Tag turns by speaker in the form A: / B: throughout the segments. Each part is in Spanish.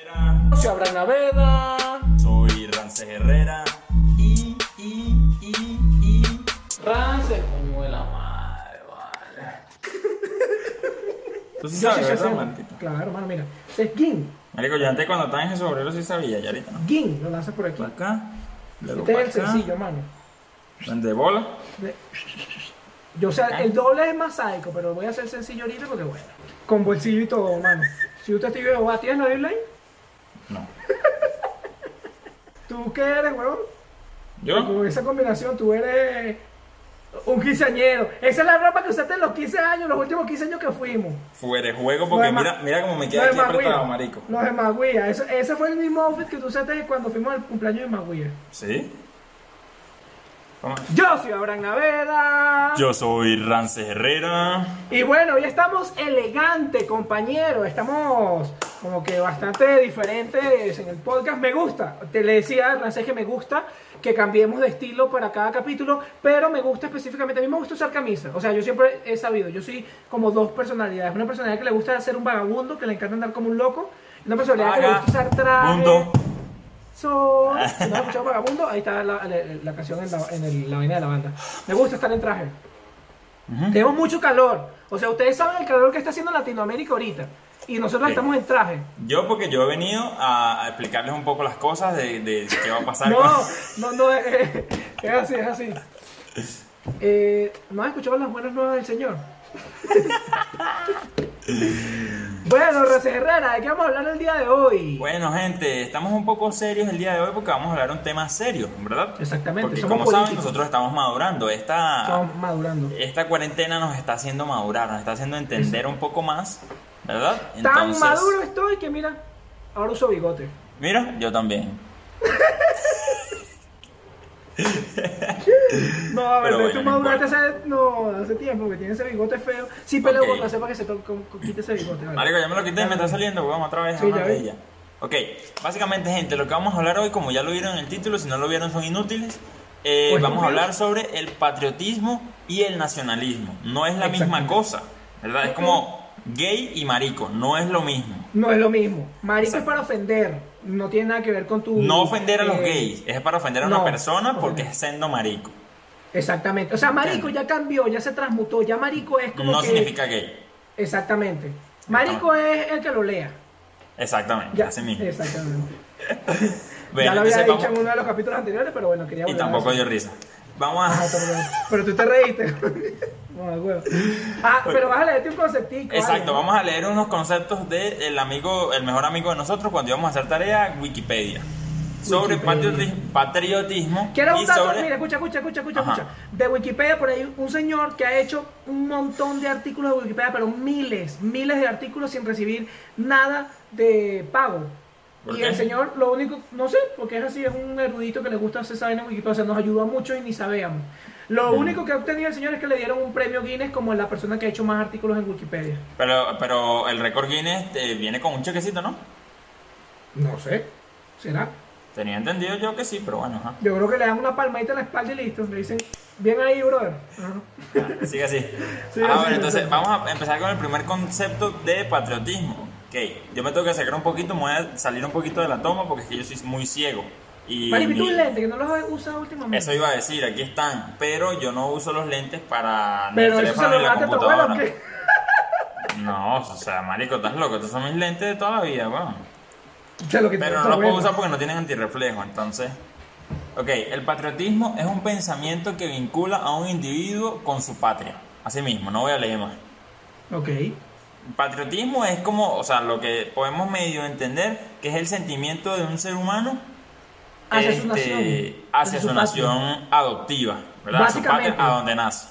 A: Herrera.
B: Soy Abraham Naveda.
A: Soy Rance Herrera. Y, y, y, y.
B: Rance, coño de la madre, vale.
A: Tú sí
C: Yo sí
A: sabes,
C: sé
A: ¿verdad,
C: hacer-
A: Marquito?
C: Claro, hermano, mira. Ese es Gin.
A: Marico, yo antes cuando estaba en Jesús Obrero sí sabía, ya ahorita, ¿no?
C: Gin, lo lanzas por aquí.
A: Para acá. Luego
C: Este
A: para
C: es el
A: acá.
C: sencillo, hermano.
A: Donde bola.
C: De- Yo, o sea, el doble es más sádico, pero voy a hacer sencillo ahorita porque bueno. Con bolsillo y todo, mano. Si usted te digo, ¿a ¿tienes la Biblia ahí?
A: No.
C: ¿Tú qué eres, huevón?
A: Yo.
C: Con esa combinación, tú eres un quinceañero. Esa es la ropa que usaste en los 15 años, los últimos 15 años que fuimos.
A: Fuere juego porque
C: No es
A: mira,
C: ma-
A: mira cómo me
C: Los
A: queda
C: de
A: aquí apretado,
C: Magüía.
A: marico.
C: Los de Magüía. Eso- ese fue el mismo outfit que tú usaste cuando fuimos al cumpleaños de Magüía.
A: ¿Sí? Vamos.
C: Yo soy Abraham Naveda.
A: Yo soy Rance Herrera.
C: Y bueno, hoy estamos elegante, compañero. Estamos como que bastante diferentes en el podcast. Me gusta. Te le decía a Rancés que me gusta que cambiemos de estilo para cada capítulo, pero me gusta específicamente. A mí me gusta usar camisa. O sea, yo siempre he sabido. Yo soy como dos personalidades. Una personalidad que le gusta ser un vagabundo, que le encanta andar como un loco. y Una personalidad que le gusta usar traje.
A: Mundo.
C: Sol. Si no has escuchado Vagabundo, ahí está la, la- la canción en, la, en el- la vaina de la banda. Me gusta estar en traje. Tenemos mucho calor. O sea, ustedes saben el calor que está haciendo Latinoamérica ahorita. Y nosotros
A: Sí.
C: estamos en traje.
A: Yo porque yo he venido a, a explicarles un poco las cosas de, de qué va a pasar.
C: No,
A: con-
C: no, no, eh, eh, es así, es así. Eh, ¿No has escuchado las buenas nuevas del Señor? bueno, Rosé Herrera, ¿de qué vamos a hablar el día de hoy?
A: Bueno, gente, estamos un poco serios el día de hoy porque vamos a hablar un tema serio, ¿verdad?
C: Exactamente,
A: Porque
C: somos
A: como saben,
C: políticos.
A: nosotros estamos madurando. Esta,
C: Estamos madurando.
A: esta cuarentena nos está haciendo madurar, nos está haciendo entender un poco más, ¿verdad?
C: Tan maduro estoy que mira, ahora uso bigote.
A: Mira, yo también.
C: No, a ver,
A: Pero
C: pero
A: bueno,
C: tú
A: no
C: maduraste hace, no, hace tiempo que tiene ese bigote feo. Sí, peleo
A: Ok.
C: con la cepa que se to- con- con- quite ese bigote. vale.
A: Marico, ya me lo quité, me está saliendo, weón, otra vez.
C: Sí,
A: una
C: ya vi.
A: ladilla. Ok, básicamente, gente, lo que vamos a hablar hoy, como ya lo vieron en el título, si no lo vieron son inútiles, eh,
C: Pues,
A: vamos a
C: estúpidos.
A: hablar sobre el patriotismo y el nacionalismo. No es la misma
C: Exactamente.
A: cosa, ¿verdad? Es como gay y marico, no es lo mismo.
C: No es lo mismo. Marico es para ofender. No tiene nada que ver con tu.
A: No ofender a los
C: eh,
A: gays, es para ofender a una
C: no,
A: persona porque
C: no.
A: es siendo marico.
C: Exactamente. O sea, marico ya cambió, ya se transmutó. Ya marico es como
A: No
C: que.
A: significa gay.
C: Exactamente. Marico es el que lo lea.
A: Exactamente,
C: Ya.
A: así mismo.
C: Exactamente.
A: Bueno,
C: ya lo había
A: entonces
C: dicho
A: vamos-
C: en uno de los capítulos anteriores, pero bueno, quería
A: Y
C: volver a
A: tampoco
C: eso.
A: dio risa. Vamos
C: Ah,
A: a...
C: perdón. Pero tú te reíste. No, huevo. Ah, pero vas a leerte un conceptico.
A: Exacto,
C: vale.
A: vamos a leer unos conceptos del amigo, el mejor amigo de nosotros cuando íbamos a hacer tarea, Wikipedia. Sobre
C: Wikipedia.
A: patrioti- patriotismo
C: Quiero
A: y
C: un dato,
A: sobre...
C: mira, escucha, escucha, escucha, escucha,
A: ¿eh? Ajá.
C: escucha. De Wikipedia, por ahí un señor que ha hecho un montón de artículos de Wikipedia, pero miles, miles de artículos sin recibir nada de pago.
A: ¿Por
C: y
A: qué?
C: el señor, lo único, no sé, porque es así, es un erudito que le gusta hacer esa vaina en Wikipedia, o sea, nos ayudó mucho y ni sabíamos. Lo único que ha obtenido el señor es que le dieron un premio Guinness como la persona que ha hecho más artículos en Wikipedia.
A: Pero, pero el récord Guinness eh, viene con un chequecito, ¿no?
C: No sé. ¿Será?
A: Tenía entendido yo que sí, pero bueno, ajá.
C: Yo creo que le dan una palmadita en la espalda y listo. Le dicen, bien ahí, brother. Ajá.
A: Sigue así.
C: Sí,
A: ah,
C: así,
A: bueno, entonces
C: exacto.
A: vamos a empezar con el primer concepto de patriotismo. Ok, yo me tengo que sacar un poquito, me voy a salir un poquito de la toma porque es que yo soy muy ciego. Y
C: Marico, y
A: mi-
C: tus lentes, que no los has usado últimamente.
A: eso iba a decir, aquí están, pero yo no uso los lentes para ni
C: Pero
A: el
C: eso se
A: teléfono
C: lo
A: ni la
C: ganaste a tu abuela, ¿o
A: computadora.
C: qué?
A: No, o sea, marico, estás loco, estos son mis lentes de toda la vida, weón.
C: Se lo quitaste
A: Pero
C: a
A: no
C: tu
A: los puedo
C: abuela.
A: usar porque no tienen antirreflejo, entonces. Ok, el patriotismo es un pensamiento que vincula a un individuo con su patria. Así mismo, no voy a leer más.
C: Ok.
A: Patriotismo es como, o sea, lo que podemos medio entender, que es el sentimiento de un ser humano este,
C: Hacia su nación.
A: hacia
C: Hacia
A: su
C: su
A: nación adoptiva, ¿verdad? A su
C: Básicamente.
A: patria, a donde nace.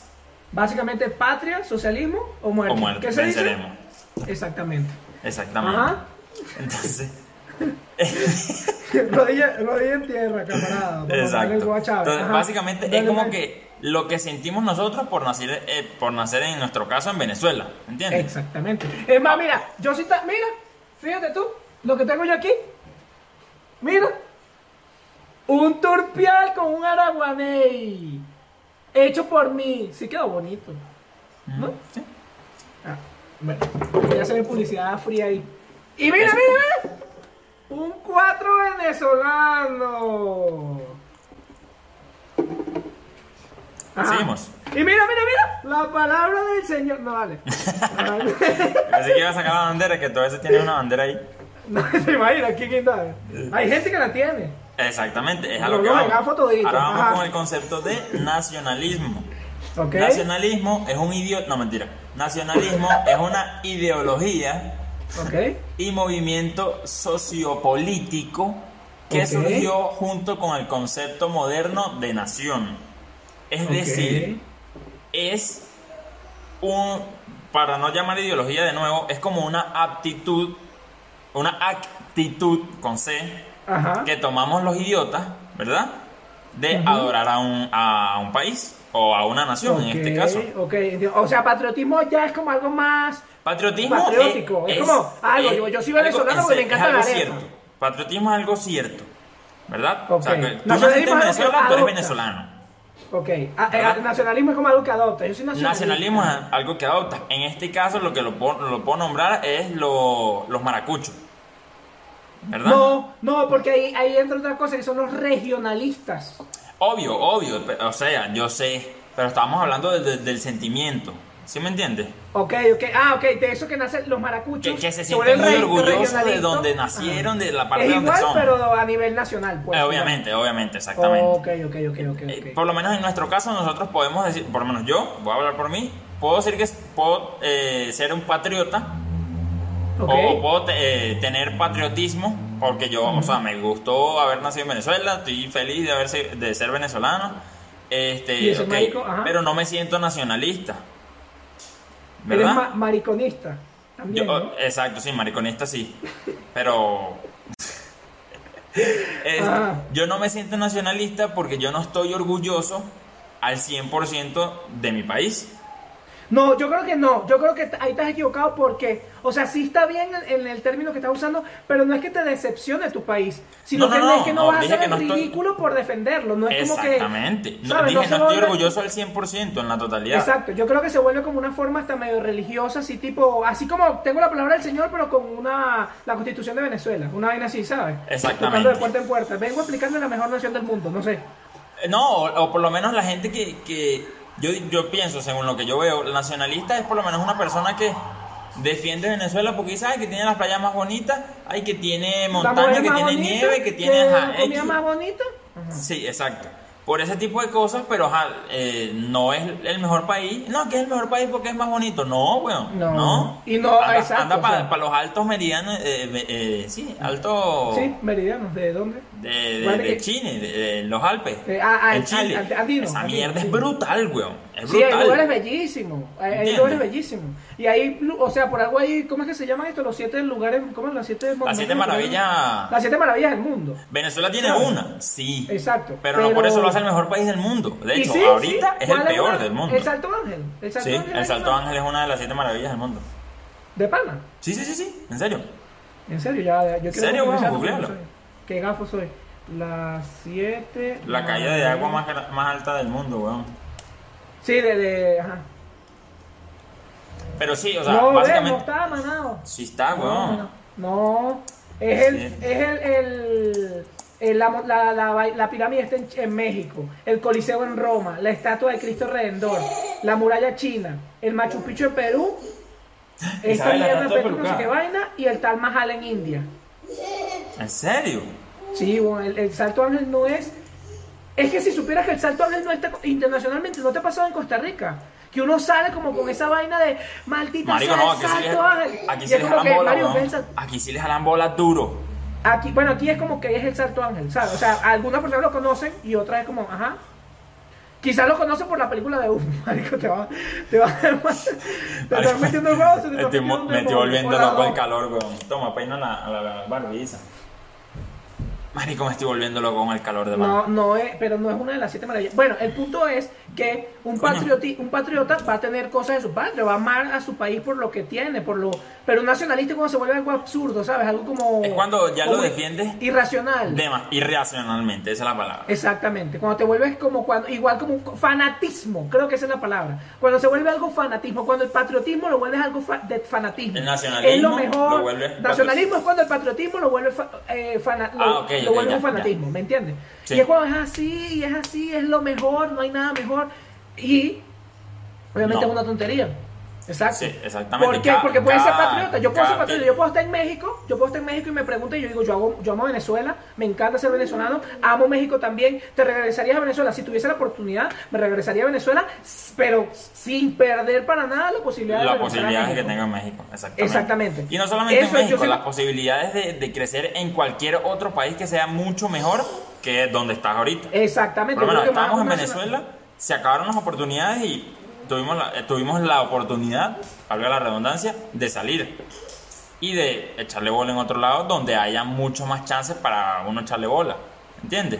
C: Básicamente, patria, socialismo o muerte.
A: O muerte,
C: ¿Qué se dice?
A: venceremos.
C: Exactamente.
A: Exactamente.
C: Ajá.
A: Entonces,
C: rodilla, rodilla en tierra, camarada. para mandarle el
A: exacto.
C: gol a Chávez.
A: Entonces,
C: Ajá.
A: básicamente es
C: Dale,
A: como
C: dale.
A: que lo que sentimos nosotros por nacer, eh, por nacer en nuestro caso en Venezuela, ¿entiendes?
C: Exactamente. Es más, mira, yo sí ta- Mira, fíjate tú, lo que tengo yo aquí. Mira. Un turpial con un araguaney. Hecho por mí. Sí quedó bonito. ¿No?
A: Sí.
C: Ah, bueno. Voy a hacer publicidad fría ahí. Y mira, mira, mira. venezolano. Ajá.
A: Seguimos.
C: Y mira, mira, mira, la palabra del señor. No vale. No vale.
A: Así que iba a sacar la bandera, que todavía se tiene una bandera ahí.
C: No se imagina, ¿quién quién sabe? Hay gente que la tiene.
A: Exactamente, es a
C: No,
A: lo que
C: no,
A: vamos.
C: acá fotodito,
A: Ahora vamos
C: ajá.
A: con el concepto de nacionalismo.
C: ¿Ok?
A: Nacionalismo es un idioma. No, mentira. Nacionalismo es una ideología
C: ¿Ok?
A: y movimiento sociopolítico que
C: Ok.
A: surgió junto con el concepto moderno de nación. Es
C: Ok.
A: decir, es un, para no llamar ideología de nuevo, es como una aptitud, una actitud con C,
C: Ajá.
A: que tomamos los idiotas, ¿verdad? De adorar a un, a un país o a una nación en este
C: Ok,
A: caso.
C: ok, entiendo. O sea, patriotismo ya es como algo más.
A: Patriotismo
C: Patriótico, es como algo, yo- yo soy venezolano
A: algo-
C: porque me
A: es
C: encanta
A: algo
C: la arepa.
A: cierto. Patriotismo es algo cierto, ¿verdad? O
C: Ok.
A: sea, que tú
C: Nacionalismo es
A: naciste
C: algo que
A: en Venezuela, tú eres
C: adopta.
A: venezolano.
C: Ok. Ah, eh,
A: ¿Verdad?
C: nacionalismo es como algo que adopta. Yo soy nacionalista.
A: Nacionalismo es algo que adoptas. En este caso, lo que lo puedo, lo puedo nombrar es lo- los maracuchos, ¿verdad?
C: No, no, porque ahí, ahí entra otra cosa que son los regionalistas.
A: Obvio, obvio, pe- o sea, yo sé, pero estamos hablando de- de- del sentimiento, ¿sí me entiendes?
C: Ok, ok. Ah, ok. De eso que nacen los maracuchos.
A: Que, que se
C: vuelven
A: sienten muy
C: re-
A: orgullosos de
C: regionalistas.
A: donde nacieron, de la
C: Ajá.
A: parte
C: Es
A: de donde
C: igual,
A: son.
C: pero a nivel nacional, pues.
A: Eh, obviamente, obviamente, exactamente.
C: Ok, ok, ok, ok.
A: Eh,
C: ok.
A: por lo menos en nuestro caso nosotros podemos decir, por lo menos yo, voy a hablar por mí, puedo decir que es- puedo eh, ser un patriota
C: Ok.
A: o, o puedo te- eh, tener patriotismo porque yo, o sea, me gustó haber nacido en Venezuela, estoy feliz de, haber, se- de ser venezolano, este,
C: Y ese
A: ok,
C: marico, ajá.
A: pero no me siento nacionalista.
C: Eres
A: ¿Verdad?
C: ma- mariconista.
A: Yo-
C: También. ¿no?
A: Exacto, sí, mariconista sí. Pero. Es-
C: Ajá.
A: yo no me siento nacionalista porque yo no estoy orgulloso al 100% de mi país.
C: No, yo creo que no. Yo creo que t- ahí estás equivocado porque, o sea, sí está bien en, en el término que estás usando, pero no es que te decepcione tu país, sino
A: No,
C: que
A: no,
C: no, es
A: no,
C: que no,
A: no,
C: vas a
A: dije
C: hacer
A: que
C: el
A: no estoy-
C: ridículo por defenderlo. No es como que.
A: Exactamente. No,
C: ¿sabes?
A: dije,
C: se
A: no, estoy
C: vuelve-
A: orgulloso al 100%, en la totalidad.
C: Exacto, yo creo que se vuelve como una forma hasta medio religiosa, así tipo, así como tengo la palabra del Señor, pero con una la constitución de Venezuela, una vaina así, ¿sabes?
A: Exactamente.
C: Tocando de puerta en puerta. Vengo aplicando la mejor nación del mundo, no sé.
A: Eh, No, o, o por lo menos la gente que, que yo, yo pienso, según lo que yo veo, el nacionalista es por lo menos una persona que defiende Venezuela porque sabe que tiene las playas más bonitas, ay, que tiene montaña,
C: mujer
A: que
C: más
A: tiene
C: bonita,
A: nieve, que tiene... ajá,
C: la comida
A: X.
C: más bonita. Ajá.
A: Sí, exacto. Por ese tipo de cosas, pero ajá, eh, no es el mejor país. No, que es el mejor país porque es más bonito. No, weón.
C: No.
A: No.
C: Y no,
A: anda,
C: exacto, o
A: para
C: sea.
A: los altos meridianos. eh, eh, eh, sí, altos
C: Sí, meridianos, ¿de dónde?
A: de, de,
C: Guarda
A: de
C: que-
A: Chile, de, de los Alpes.
C: Eh, ah, ah,
A: en
C: al-
A: Chile.
C: al- andino,
A: Esa
C: andino,
A: mierda
C: sí.
A: es brutal, weón. Es
C: Sí, hay lugares
A: brutal.
C: bellísimos. Hay, hay
A: Entiendo.
C: lugares bellísimos. Y ahí, o sea, por algo ahí, ¿cómo es que se llaman esto? Los siete lugares, ¿cómo es? Las siete
A: Las siete
C: monumentos
A: maravillas.
C: naturales. Las siete maravillas del mundo.
A: Venezuela tiene
C: Claro.
A: una, sí.
C: Exacto,
A: Pero, no
C: pero-
A: por eso lo hace el mejor país del mundo. De
C: Y
A: hecho,
C: sí,
A: ahorita
C: sí,
A: es el
C: ¿cuál
A: peor
C: una?
A: del mundo.
C: El Salto Ángel. El Salto
A: sí,
C: Ángel
A: el
C: es
A: Salto
C: una-
A: Ángel es una de las siete maravillas del mundo.
C: De pana.
A: Sí, sí, sí, sí, en serio.
C: En serio, ya. Yo quiero
A: serio,
C: que
A: weón?
C: seas-
A: Googlealo.
C: soy. ¿Qué gafo soy? Las siete.
A: La caída de agua más, gra- más alta del mundo, weón.
C: Sí, de. de ajá.
A: Pero sí, o sea,
C: no, ve, no
A: básicamente.
C: está manado.
A: Sí está, weón.
C: No, no. Es el,
A: Ah, Sí.
C: es el, el- el- la, la- la- la pirámide está en, en México, el Coliseo en Roma, la estatua de Cristo Redentor, la muralla china, el Machu Picchu en Perú, esta
A: ¿Sabe la
C: mierda en
A: estatua
C: Perú, no sé
A: perucana?
C: qué vaina, y el Taj Mahal en India.
A: ¿En serio?
C: Sí, bueno, el, el Salto Ángel no es. Es que si supieras que el Salto Ángel no está internacionalmente, no te ha pasado en Costa Rica. Que uno sale como con esa vaina de maldita
A: Marico,
C: sea
A: no,
C: el
A: aquí sí les,
C: Salto Ángel.
A: aquí
C: Y
A: sí
C: es
A: les
C: como
A: jalan
C: que,
A: bola,
C: Mario, ¿qué es el
A: weón.
C: Salto?
A: Aquí sí les jalan bola duro.
C: Aquí, bueno, aquí es como que es el Salto Ángel, ¿sabes? O sea, algunas personas lo conocen y otras es como, ajá. Quizás lo conocen por la película de un marico, te va, te va te estás metiendo el huevo, se te está
A: Estoy este mo-
C: metiendo
A: me
C: el
A: estoy
C: huevo.
A: volviendo
C: Hola,
A: loco
C: dos.
A: el calor, weón. Toma, peina la, la, la barbiza. Marico, me estoy volviendo loco con el calor de mano.
C: No, no es, pero no es una de las siete maravillas. Bueno, el punto es que un,
A: Coño.
C: patrioti, un patriota va a tener cosas de su patria, va a amar a su país por lo que tiene, por lo. Pero un nacionalista es cuando se vuelve algo absurdo, ¿sabes? Algo como.
A: Es cuando ya lo
C: como
A: defiendes.
C: Irracional.
A: Dema- irracionalmente, esa es la palabra.
C: Exactamente, cuando te vuelves como cuando, igual como un co- fanatismo, creo que esa es la palabra. Cuando se vuelve algo fanatismo, cuando el patriotismo lo vuelves algo fa- de fanatismo.
A: El nacionalismo
C: es lo mejor.
A: lo vuelves
C: nacionalismo es cuando el patriotismo lo vuelve fa- eh, fana- lo-
A: Ah, ok, ya
C: lo
A: ok,
C: vuelve
A: ya,
C: un fanatismo, ¿me entiendes?
A: Sí.
C: Y es cuando es así, y es así, es lo mejor, no hay nada mejor. Y obviamente
A: No.
C: es una tontería. Exacto.
A: Sí, exactamente.
C: ¿Por qué?
A: Cada-
C: Porque puede ser
A: cada-
C: patriota. Yo puedo ser
A: cada-
C: patriota. Yo puedo estar en México. Yo puedo estar en México y me pregunto y yo digo, yo, hago- yo amo Venezuela, me encanta ser venezolano, amo México también. ¿Te regresarías a Venezuela? Si tuviese la oportunidad, me regresaría a Venezuela, s- pero sin perder para nada la posibilidad de
A: Las
C: regresar a
A: posibilidades que
C: México.
A: tenga México, exactamente.
C: Exactamente.
A: Y no solamente
C: Eso yo
A: en México,
C: sí-
A: las posibilidades de, de crecer en cualquier otro país que sea mucho mejor que donde estás ahorita.
C: Exactamente.
A: Por lo
C: yo creo
A: menos
C: que más
A: estábamos en
C: nacional-
A: Venezuela, se acabaron las oportunidades y tuvimos la, eh, tuvimos la oportunidad, valga la redundancia, de salir y de echarle bola en otro lado donde haya mucho más chances para uno echarle bola. ¿Entiendes?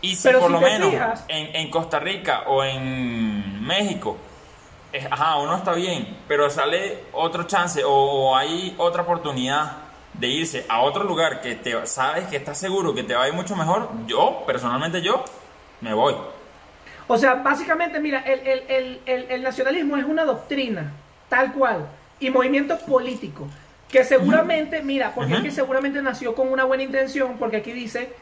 A: Y si
C: Pero
A: por
C: si
A: lo
C: te
A: menos
C: fijas-
A: en, en Costa Rica o en México, es- ajá, uno está bien, pero sale otro chance o, o hay otra oportunidad de irse a otro lugar que te sabes que estás seguro que te va a ir mucho mejor, yo, personalmente yo, me voy.
C: O sea, básicamente, mira, el, el- el- el- el nacionalismo es una doctrina, tal cual, y movimiento político, que seguramente, mira, porque es
A: Ujú.
C: que seguramente nació con una buena intención, porque aquí dice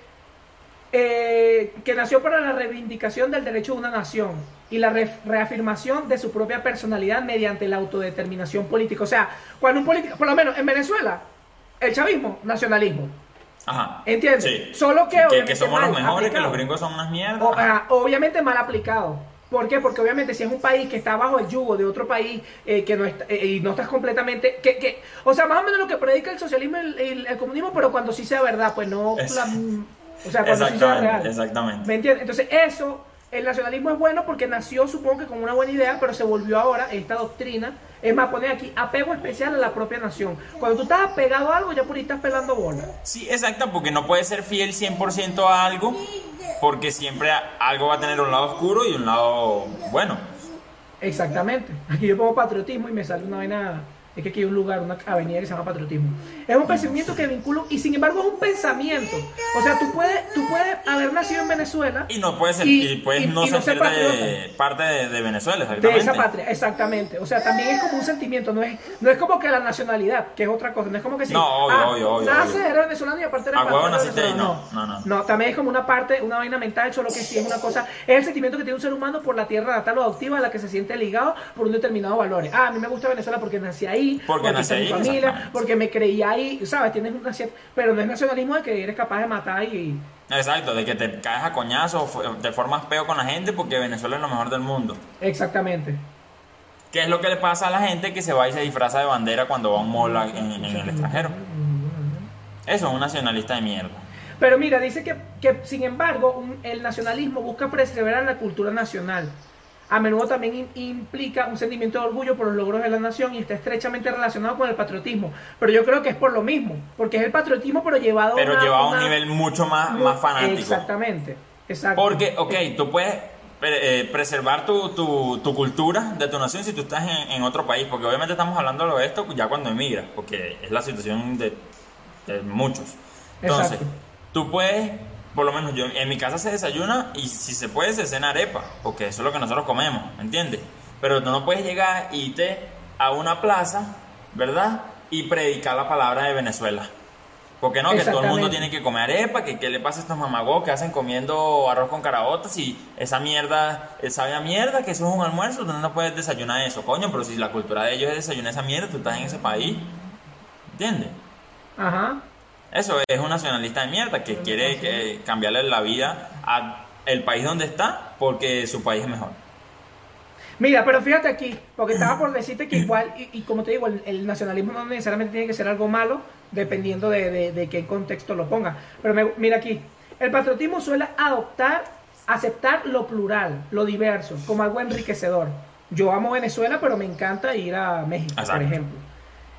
C: eh, que nació para la reivindicación del derecho de una nación y la re- reafirmación de su propia personalidad mediante la autodeterminación política. O sea, cuando un político, por lo menos en Venezuela, el chavismo, nacionalismo.
A: Ajá.
C: Entiendo. Solo que
A: que,
C: obviamente
A: somos los
C: mal
A: mejores, que
C: aplicado.
A: los gringos son unas mierdas.
C: O-
A: Ajá.
C: ah, obviamente mal aplicado. ¿Por qué? Porque obviamente si es un país que está bajo el yugo de otro país eh, que no está, eh, y no estás completamente... Que, que, o sea, más o menos lo que predica el socialismo y el, el- el comunismo, pero cuando sí sea verdad, pues no...
A: Es-
C: la- o sea, cuando sí sea real.
A: Exactamente, exactamente.
C: ¿Me entiendes? Entonces eso, el nacionalismo es bueno porque nació supongo que con una buena idea, pero se volvió ahora esta doctrina. Es más, poner aquí apego especial a la propia nación. Cuando tú estás apegado a algo, ya por ahí estás pelando bola.
A: Sí, exacto, porque no puedes ser fiel 100% a algo, porque siempre a- algo va a tener un lado oscuro y un lado bueno.
C: Exactamente. Aquí yo pongo patriotismo y me sale una vaina. Es que aquí hay un lugar, una avenida que se llama patriotismo. Es un pensamiento que vincula y sin embargo es un pensamiento. O sea, tú puedes, tú puedes haber nacido en Venezuela
A: Y no puedes, ser-
C: Y-
A: y puedes
C: y-
A: no
C: y no
A: ser
C: ser
A: parte de, parte de, de Venezuela,
C: de
A: exactamente.
C: esa patria. Exactamente. O sea, también es como un sentimiento. No es, no es como que la nacionalidad, que es otra cosa. No es como que si. ah,
A: No, obvio, obvio, obvio,
C: naces,
A: obvio.
C: eres venezolano y aparte eres
A: A huevo
C: patriota
A: naciste ahí,
C: venezolano.
A: no, no, no.
C: también es como una parte, una vaina mental, solo que sí es una cosa. Es el sentimiento que tiene un ser humano por la tierra natal o adoptiva a la que se siente ligado por un determinado valor. Ah, a mí me gusta Venezuela porque nací ahí,
A: Porque nací
C: está mi
A: ahí,
C: familia,
A: exactamente.
C: porque me creí ahí, ¿sabes? Tienes una cierta. Pero no es nacionalismo de que eres capaz de matar y.
A: Exacto, de que te caes a coñazo, fu- te formas peo con la gente porque Venezuela es lo mejor del mundo.
C: Exactamente.
A: ¿Qué es lo que le pasa a la gente que se va y se disfraza de bandera cuando va a un mall a- en, en el extranjero? Eso es un nacionalista de mierda.
C: Pero mira, dice que, que, sin embargo, un- el nacionalismo busca preservar la cultura nacional. A menudo también im- implica un sentimiento de orgullo por los logros de la nación y está estrechamente relacionado con el patriotismo. Pero yo creo que es por lo mismo, porque es el patriotismo, pero llevado
A: Pero
C: una-
A: lleva a un
C: una-
A: nivel mucho más, más fanático.
C: Exactamente, exacto.
A: Porque, ok, tú puedes pre- eh, preservar tu, tu, tu cultura de tu nación si tú estás en, en otro país, porque obviamente estamos hablando de esto ya cuando emigras, porque es la situación de, de muchos. Entonces,
C: Exacto.
A: tú puedes, por lo menos yo, en mi casa se desayuna y si se puede se cena arepa, porque eso es lo que nosotros comemos, ¿me entiendes? Pero tú no puedes llegar y irte a una plaza, ¿verdad? Y predicar la palabra de Venezuela. Porque no, que todo el mundo
C: Exactamente.
A: tiene que comer arepa, que qué le pasa a estos mamagos que hacen comiendo arroz con caraotas y esa mierda eh, sabe a mierda, que eso es un almuerzo, tú no puedes desayunar eso, coño, pero si la cultura de ellos es desayunar esa mierda, tú estás en ese país, ¿entiendes?
C: Ajá.
A: Eso es un nacionalista de mierda que quiere que- cambiarle la vida a el país donde está porque su país es mejor.
C: Mira, pero fíjate aquí, porque estaba por decirte que igual, y, y como te digo, el, el nacionalismo no necesariamente tiene que ser algo malo, dependiendo de, de- de qué contexto lo ponga. Pero me- mira aquí, el patriotismo suele adoptar, aceptar lo plural, lo diverso, como algo enriquecedor. Yo amo Venezuela, pero me encanta ir a México, por
A: Exacto.
C: ejemplo.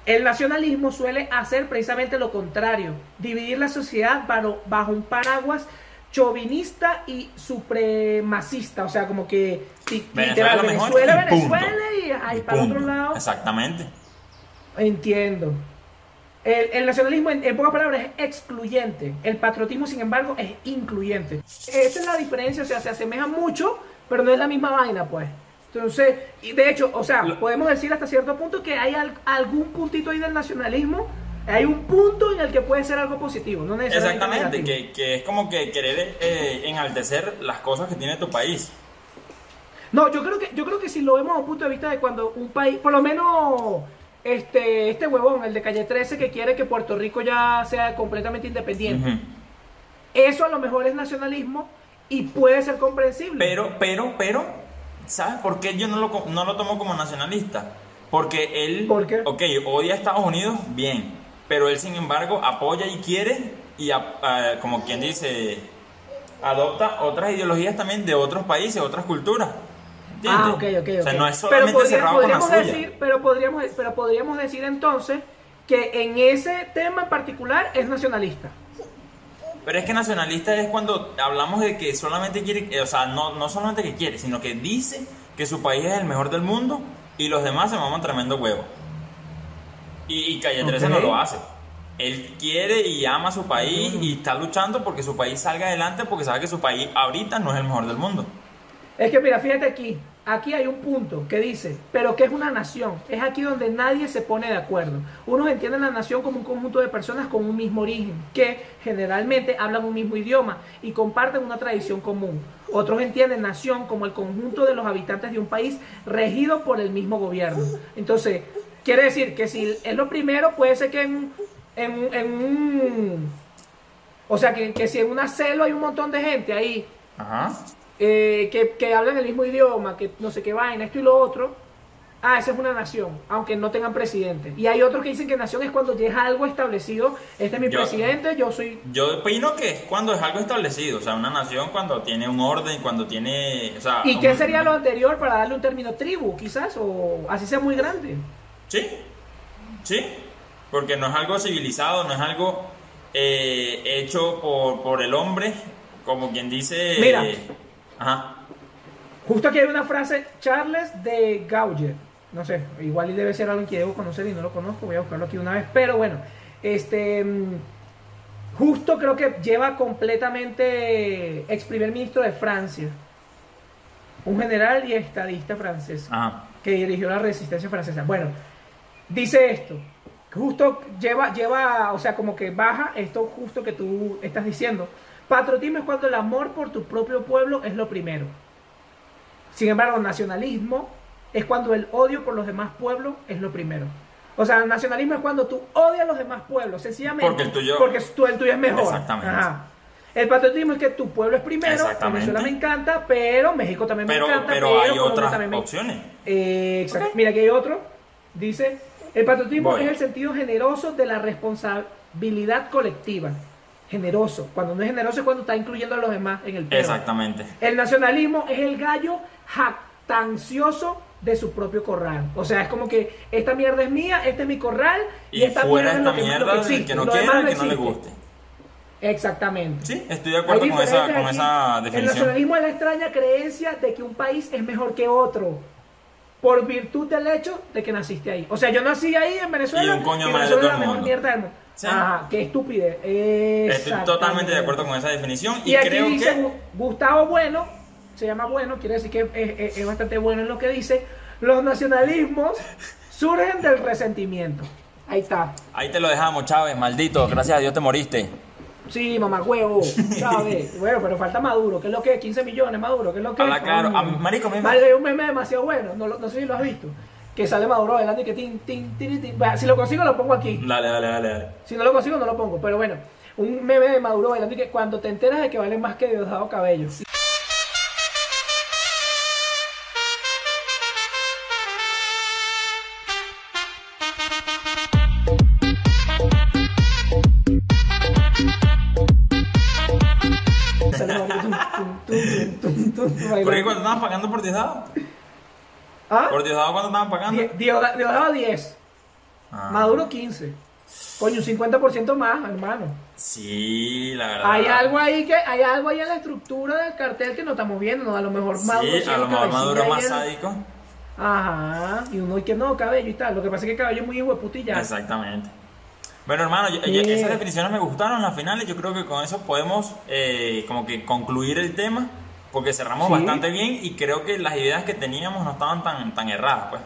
C: El nacionalismo suele hacer precisamente lo contrario, dividir la sociedad bajo, bajo un paraguas chauvinista y supremacista, o sea, como que ti-
A: Venezuela es
C: literal,
A: lo mejor.
C: Venezuela,
A: y punto.
C: Venezuela y ay,
A: Y
C: para
A: punto.
C: otro lado.
A: Exactamente.
C: Entiendo. El, el nacionalismo, en, en pocas palabras, es excluyente. El patriotismo, sin embargo, es incluyente. Esa es la diferencia, o sea, se asemeja mucho, pero no es la misma vaina, pues. Entonces, y de hecho, o sea,
A: Lo-
C: podemos decir hasta cierto punto que hay al- algún puntito ahí del nacionalismo Hay un punto en el que puede ser algo positivo, no necesariamente.
A: Exactamente,
C: negativo.
A: que, que es como que querer eh, enaltecer las cosas que tiene tu país.
C: No, yo creo que, yo creo que si lo vemos desde un punto de vista de cuando un país, por lo menos este, este huevón, el de calle 13, que quiere que Puerto Rico ya sea completamente independiente.
A: Ujú.
C: Eso a lo mejor es nacionalismo y puede ser comprensible.
A: Pero, pero, pero, ¿sabes por qué yo no lo, co- no lo tomo como nacionalista? Porque él,
C: ¿Por qué?
A: ok, odia a Estados Unidos, bien, pero él sin embargo apoya y quiere y, ap- ah, como quien dice, adopta otras ideologías también de otros países, otras culturas. ¿Entiendes?
C: Ah, ok, ok, ok.
A: O sea, no es solamente
C: podría-
A: cerrado con la
C: podríamos
A: suya.
C: decir, pero podríamos, pero podríamos decir entonces que en ese tema en particular es nacionalista.
A: Pero es que nacionalista es cuando hablamos de que solamente quiere, eh, o sea, no, no solamente que quiere, sino que dice que su país es el mejor del mundo y los demás se maman tremendo huevo. Y, y Calle 13
C: Ok.
A: no lo hace. Él quiere y ama a su país y está luchando porque su país salga adelante porque sabe que su país ahorita no es el mejor del mundo.
C: Es que mira, fíjate aquí, aquí hay un punto que dice, pero que es una nación. Es aquí donde nadie se pone de acuerdo. Unos entienden la nación como un conjunto de personas con un mismo origen, que generalmente hablan un mismo idioma y comparten una tradición común. Otros entienden nación como el conjunto de los habitantes de un país regido por el mismo gobierno. Entonces, quiere decir que si es lo primero, puede ser que en, en, en un... O sea, que, que si en una selva hay un montón de gente ahí
A: Ajá.
C: eh, que, que hablan el mismo idioma, que no sé qué vaina, esto y lo otro. Ah, esa es una nación, aunque no tengan presidente. Y hay otros que dicen que nación es cuando ya es algo establecido. Este es mi
A: Yo-
C: presidente, yo soy.
A: Yo opino que es cuando es algo establecido, o sea, una nación cuando tiene un orden, cuando tiene, o sea...
C: ¿Y qué
A: un-
C: sería lo anterior para darle un término tribu, quizás? O así sea muy grande.
A: Sí, sí, porque no es algo civilizado, no es algo eh, hecho por, por el hombre, como quien dice...
C: Mira.
A: eh, ajá,
C: Justo aquí hay una frase, Charles de Gauger. No sé, igual y debe ser alguien que debo conocer y no lo conozco. Voy a buscarlo aquí una vez. Pero bueno, este. mm, Justo creo que lleva completamente ex primer ministro de Francia. Un general y estadista francés
A: ajá.
C: que dirigió la resistencia francesa. Bueno, dice esto. Justo lleva, lleva, o sea, como que baja esto justo que tú estás diciendo. Patriotismo es cuando el amor por tu propio pueblo es lo primero. Sin embargo, nacionalismo es cuando el odio por los demás pueblos es lo primero. O sea, nacionalismo es cuando tú odias a los demás pueblos, sencillamente.
A: Porque el tuyo-
C: Porque tú- el tuyo es mejor.
A: Exactamente.
C: El patriotismo es que tu pueblo es primero.
A: Exactamente.
C: Venezuela me encanta, pero México también
A: Pero,
C: me encanta.
A: pero hay
C: Colombia
A: otras
C: también me-
A: opciones.
C: eh, exacto. Mira, aquí hay otro. Dice, el patriotismo
A: Voy.
C: es el sentido generoso de la responsabilidad colectiva. Generoso. Cuando no es generoso es cuando está incluyendo a los demás en el pedo.
A: Exactamente.
C: El nacionalismo es el gallo jactancioso de su propio corral. O sea, es como que esta mierda es mía, este es mi corral y,
A: Y
C: esta
A: fuera
C: mierda
A: esta
C: es lo que- lo
A: mierda
C: que,
A: del
C: existe.
A: que no
C: Lo
A: quiera,
C: demás
A: el que no le
C: existe.
A: guste.
C: Exactamente.
A: Sí, estoy de
C: Hay
A: acuerdo con esa,
C: diferentes
A: con
C: aquí.
A: esa
C: El
A: definición.
C: nacionalismo es la extraña creencia de que un país es mejor que otro. Por virtud del hecho de que naciste ahí. O sea, yo nací ahí en Venezuela.
A: Y un coño
C: y
A: madre
C: Venezuela
A: de
C: es la
A: todo el
C: mejor
A: mundo.
C: mierda del mundo.
A: Sí.
C: Ajá, qué estupidez.
A: Estoy totalmente de acuerdo con esa definición y,
C: Y aquí
A: creo
C: dice
A: que...
C: Gu- Gustavo Bueno, se llama Bueno, quiere decir que es, es- es bastante bueno en lo que dice. Los nacionalismos surgen del resentimiento. Ahí está.
A: Ahí te lo dejamos, Chávez, maldito. Gracias a Dios te moriste.
C: Sí, mamá huevo, ¿sabes? bueno, pero falta Maduro, ¿qué es lo que es? 15 millones, Maduro, ¿qué es lo que es?
A: Habla claro. A mí- marico, a mí me-
C: Madre, hay un meme demasiado bueno, no, lo- no sé si lo has visto, que sale Maduro adelante y que tin, tin, tin, tin. Bueno, Si lo consigo lo pongo aquí,
A: Dale, dale, dale, dale.
C: si no lo consigo no lo pongo, pero bueno, un meme de Maduro bailando y que cuando te enteras de que valen más que Diosdado Cabello. Sale Maduro, tum, tum, tum, tum, tum, tum,
A: ¿Por qué
C: bailando.
A: cuando estaban pagando por Diosdado?
C: ¿Ah?
A: ¿Por Diosdado cuando estaban pagando?
C: Die- Diosda- Diosdado 10,
A: Ah.
C: Maduro 15. Coño, un 50% más, hermano.
A: Sí, la verdad.
C: Hay algo ahí que hay algo ahí en la estructura del cartel que no estamos viendo, ¿no? a lo mejor
A: Sí,
C: Maduro
A: a lo mejor Maduro es más
C: sádico.
A: sádico.
C: Ajá, y uno y que no, cabello y tal. Lo que pasa es que cabello es muy hijo de puta y ya.
A: Exactamente. Bueno, hermano, yo- yo-
C: Sí.
A: esas definiciones me gustaron las finales. Yo creo que con eso podemos eh, como que concluir el tema, porque cerramos
C: Sí.
A: bastante bien y creo que las ideas que teníamos no estaban tan, tan erradas, pues.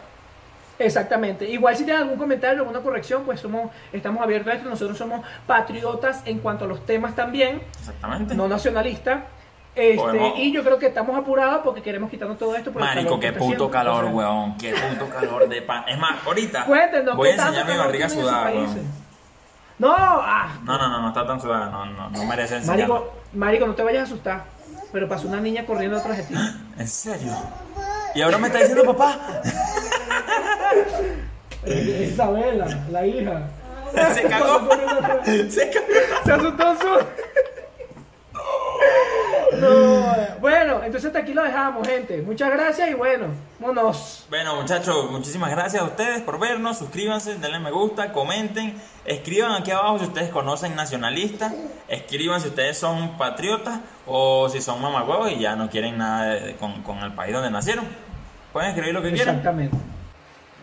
C: Exactamente. Igual si tienen algún comentario, alguna corrección, pues somos, estamos abiertos a esto. Nosotros somos patriotas en cuanto a los temas también,
A: Exactamente.
C: no nacionalistas. Este,
A: Podemos-
C: y yo creo que estamos apurados porque queremos quitarnos todo esto. por el
A: Marico,
C: pues, calor que
A: qué
C: está
A: puto
C: haciendo.
A: calor,
C: Entonces,
A: weón. Qué puto calor de pan. Es más, ahorita
C: Cuéntenos,
A: voy a
C: ¿qué tanto
A: enseñar mi
C: calor
A: barriga
C: tienen en sus
A: sudada,
C: países?
A: weón.
C: No, ah,
A: No, no, no, no está tan sudada. No, no, no merece enseñar.
C: marico, marico, no te vayas a asustar. Pero pasó una niña corriendo atrás de ti.
A: ¿En serio? Y ahora me está diciendo papá.
C: Isabela, la hija.
A: Se cagó. Se cagó.
C: Se asustó su- No. eh, Bueno, entonces hasta aquí lo dejamos, gente. Muchas gracias y bueno, vámonos.
A: Bueno, muchachos, muchísimas gracias a ustedes por vernos. Suscríbanse, denle me gusta, comenten. Escriban aquí abajo si ustedes conocen nacionalistas. Escriban si ustedes son patriotas o si son mamagüevos y ya no quieren nada de- de- con, con el país donde nacieron. Pueden escribir lo que quieran.
C: Exactamente.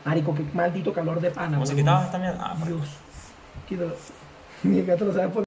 C: Marico, qué maldito calor de pana.
A: ¿Cómo se
C: weón.
A: quitaba esta mierda? Ah, por-
C: Dios. Quítalo. Ni el gato lo sabe poner.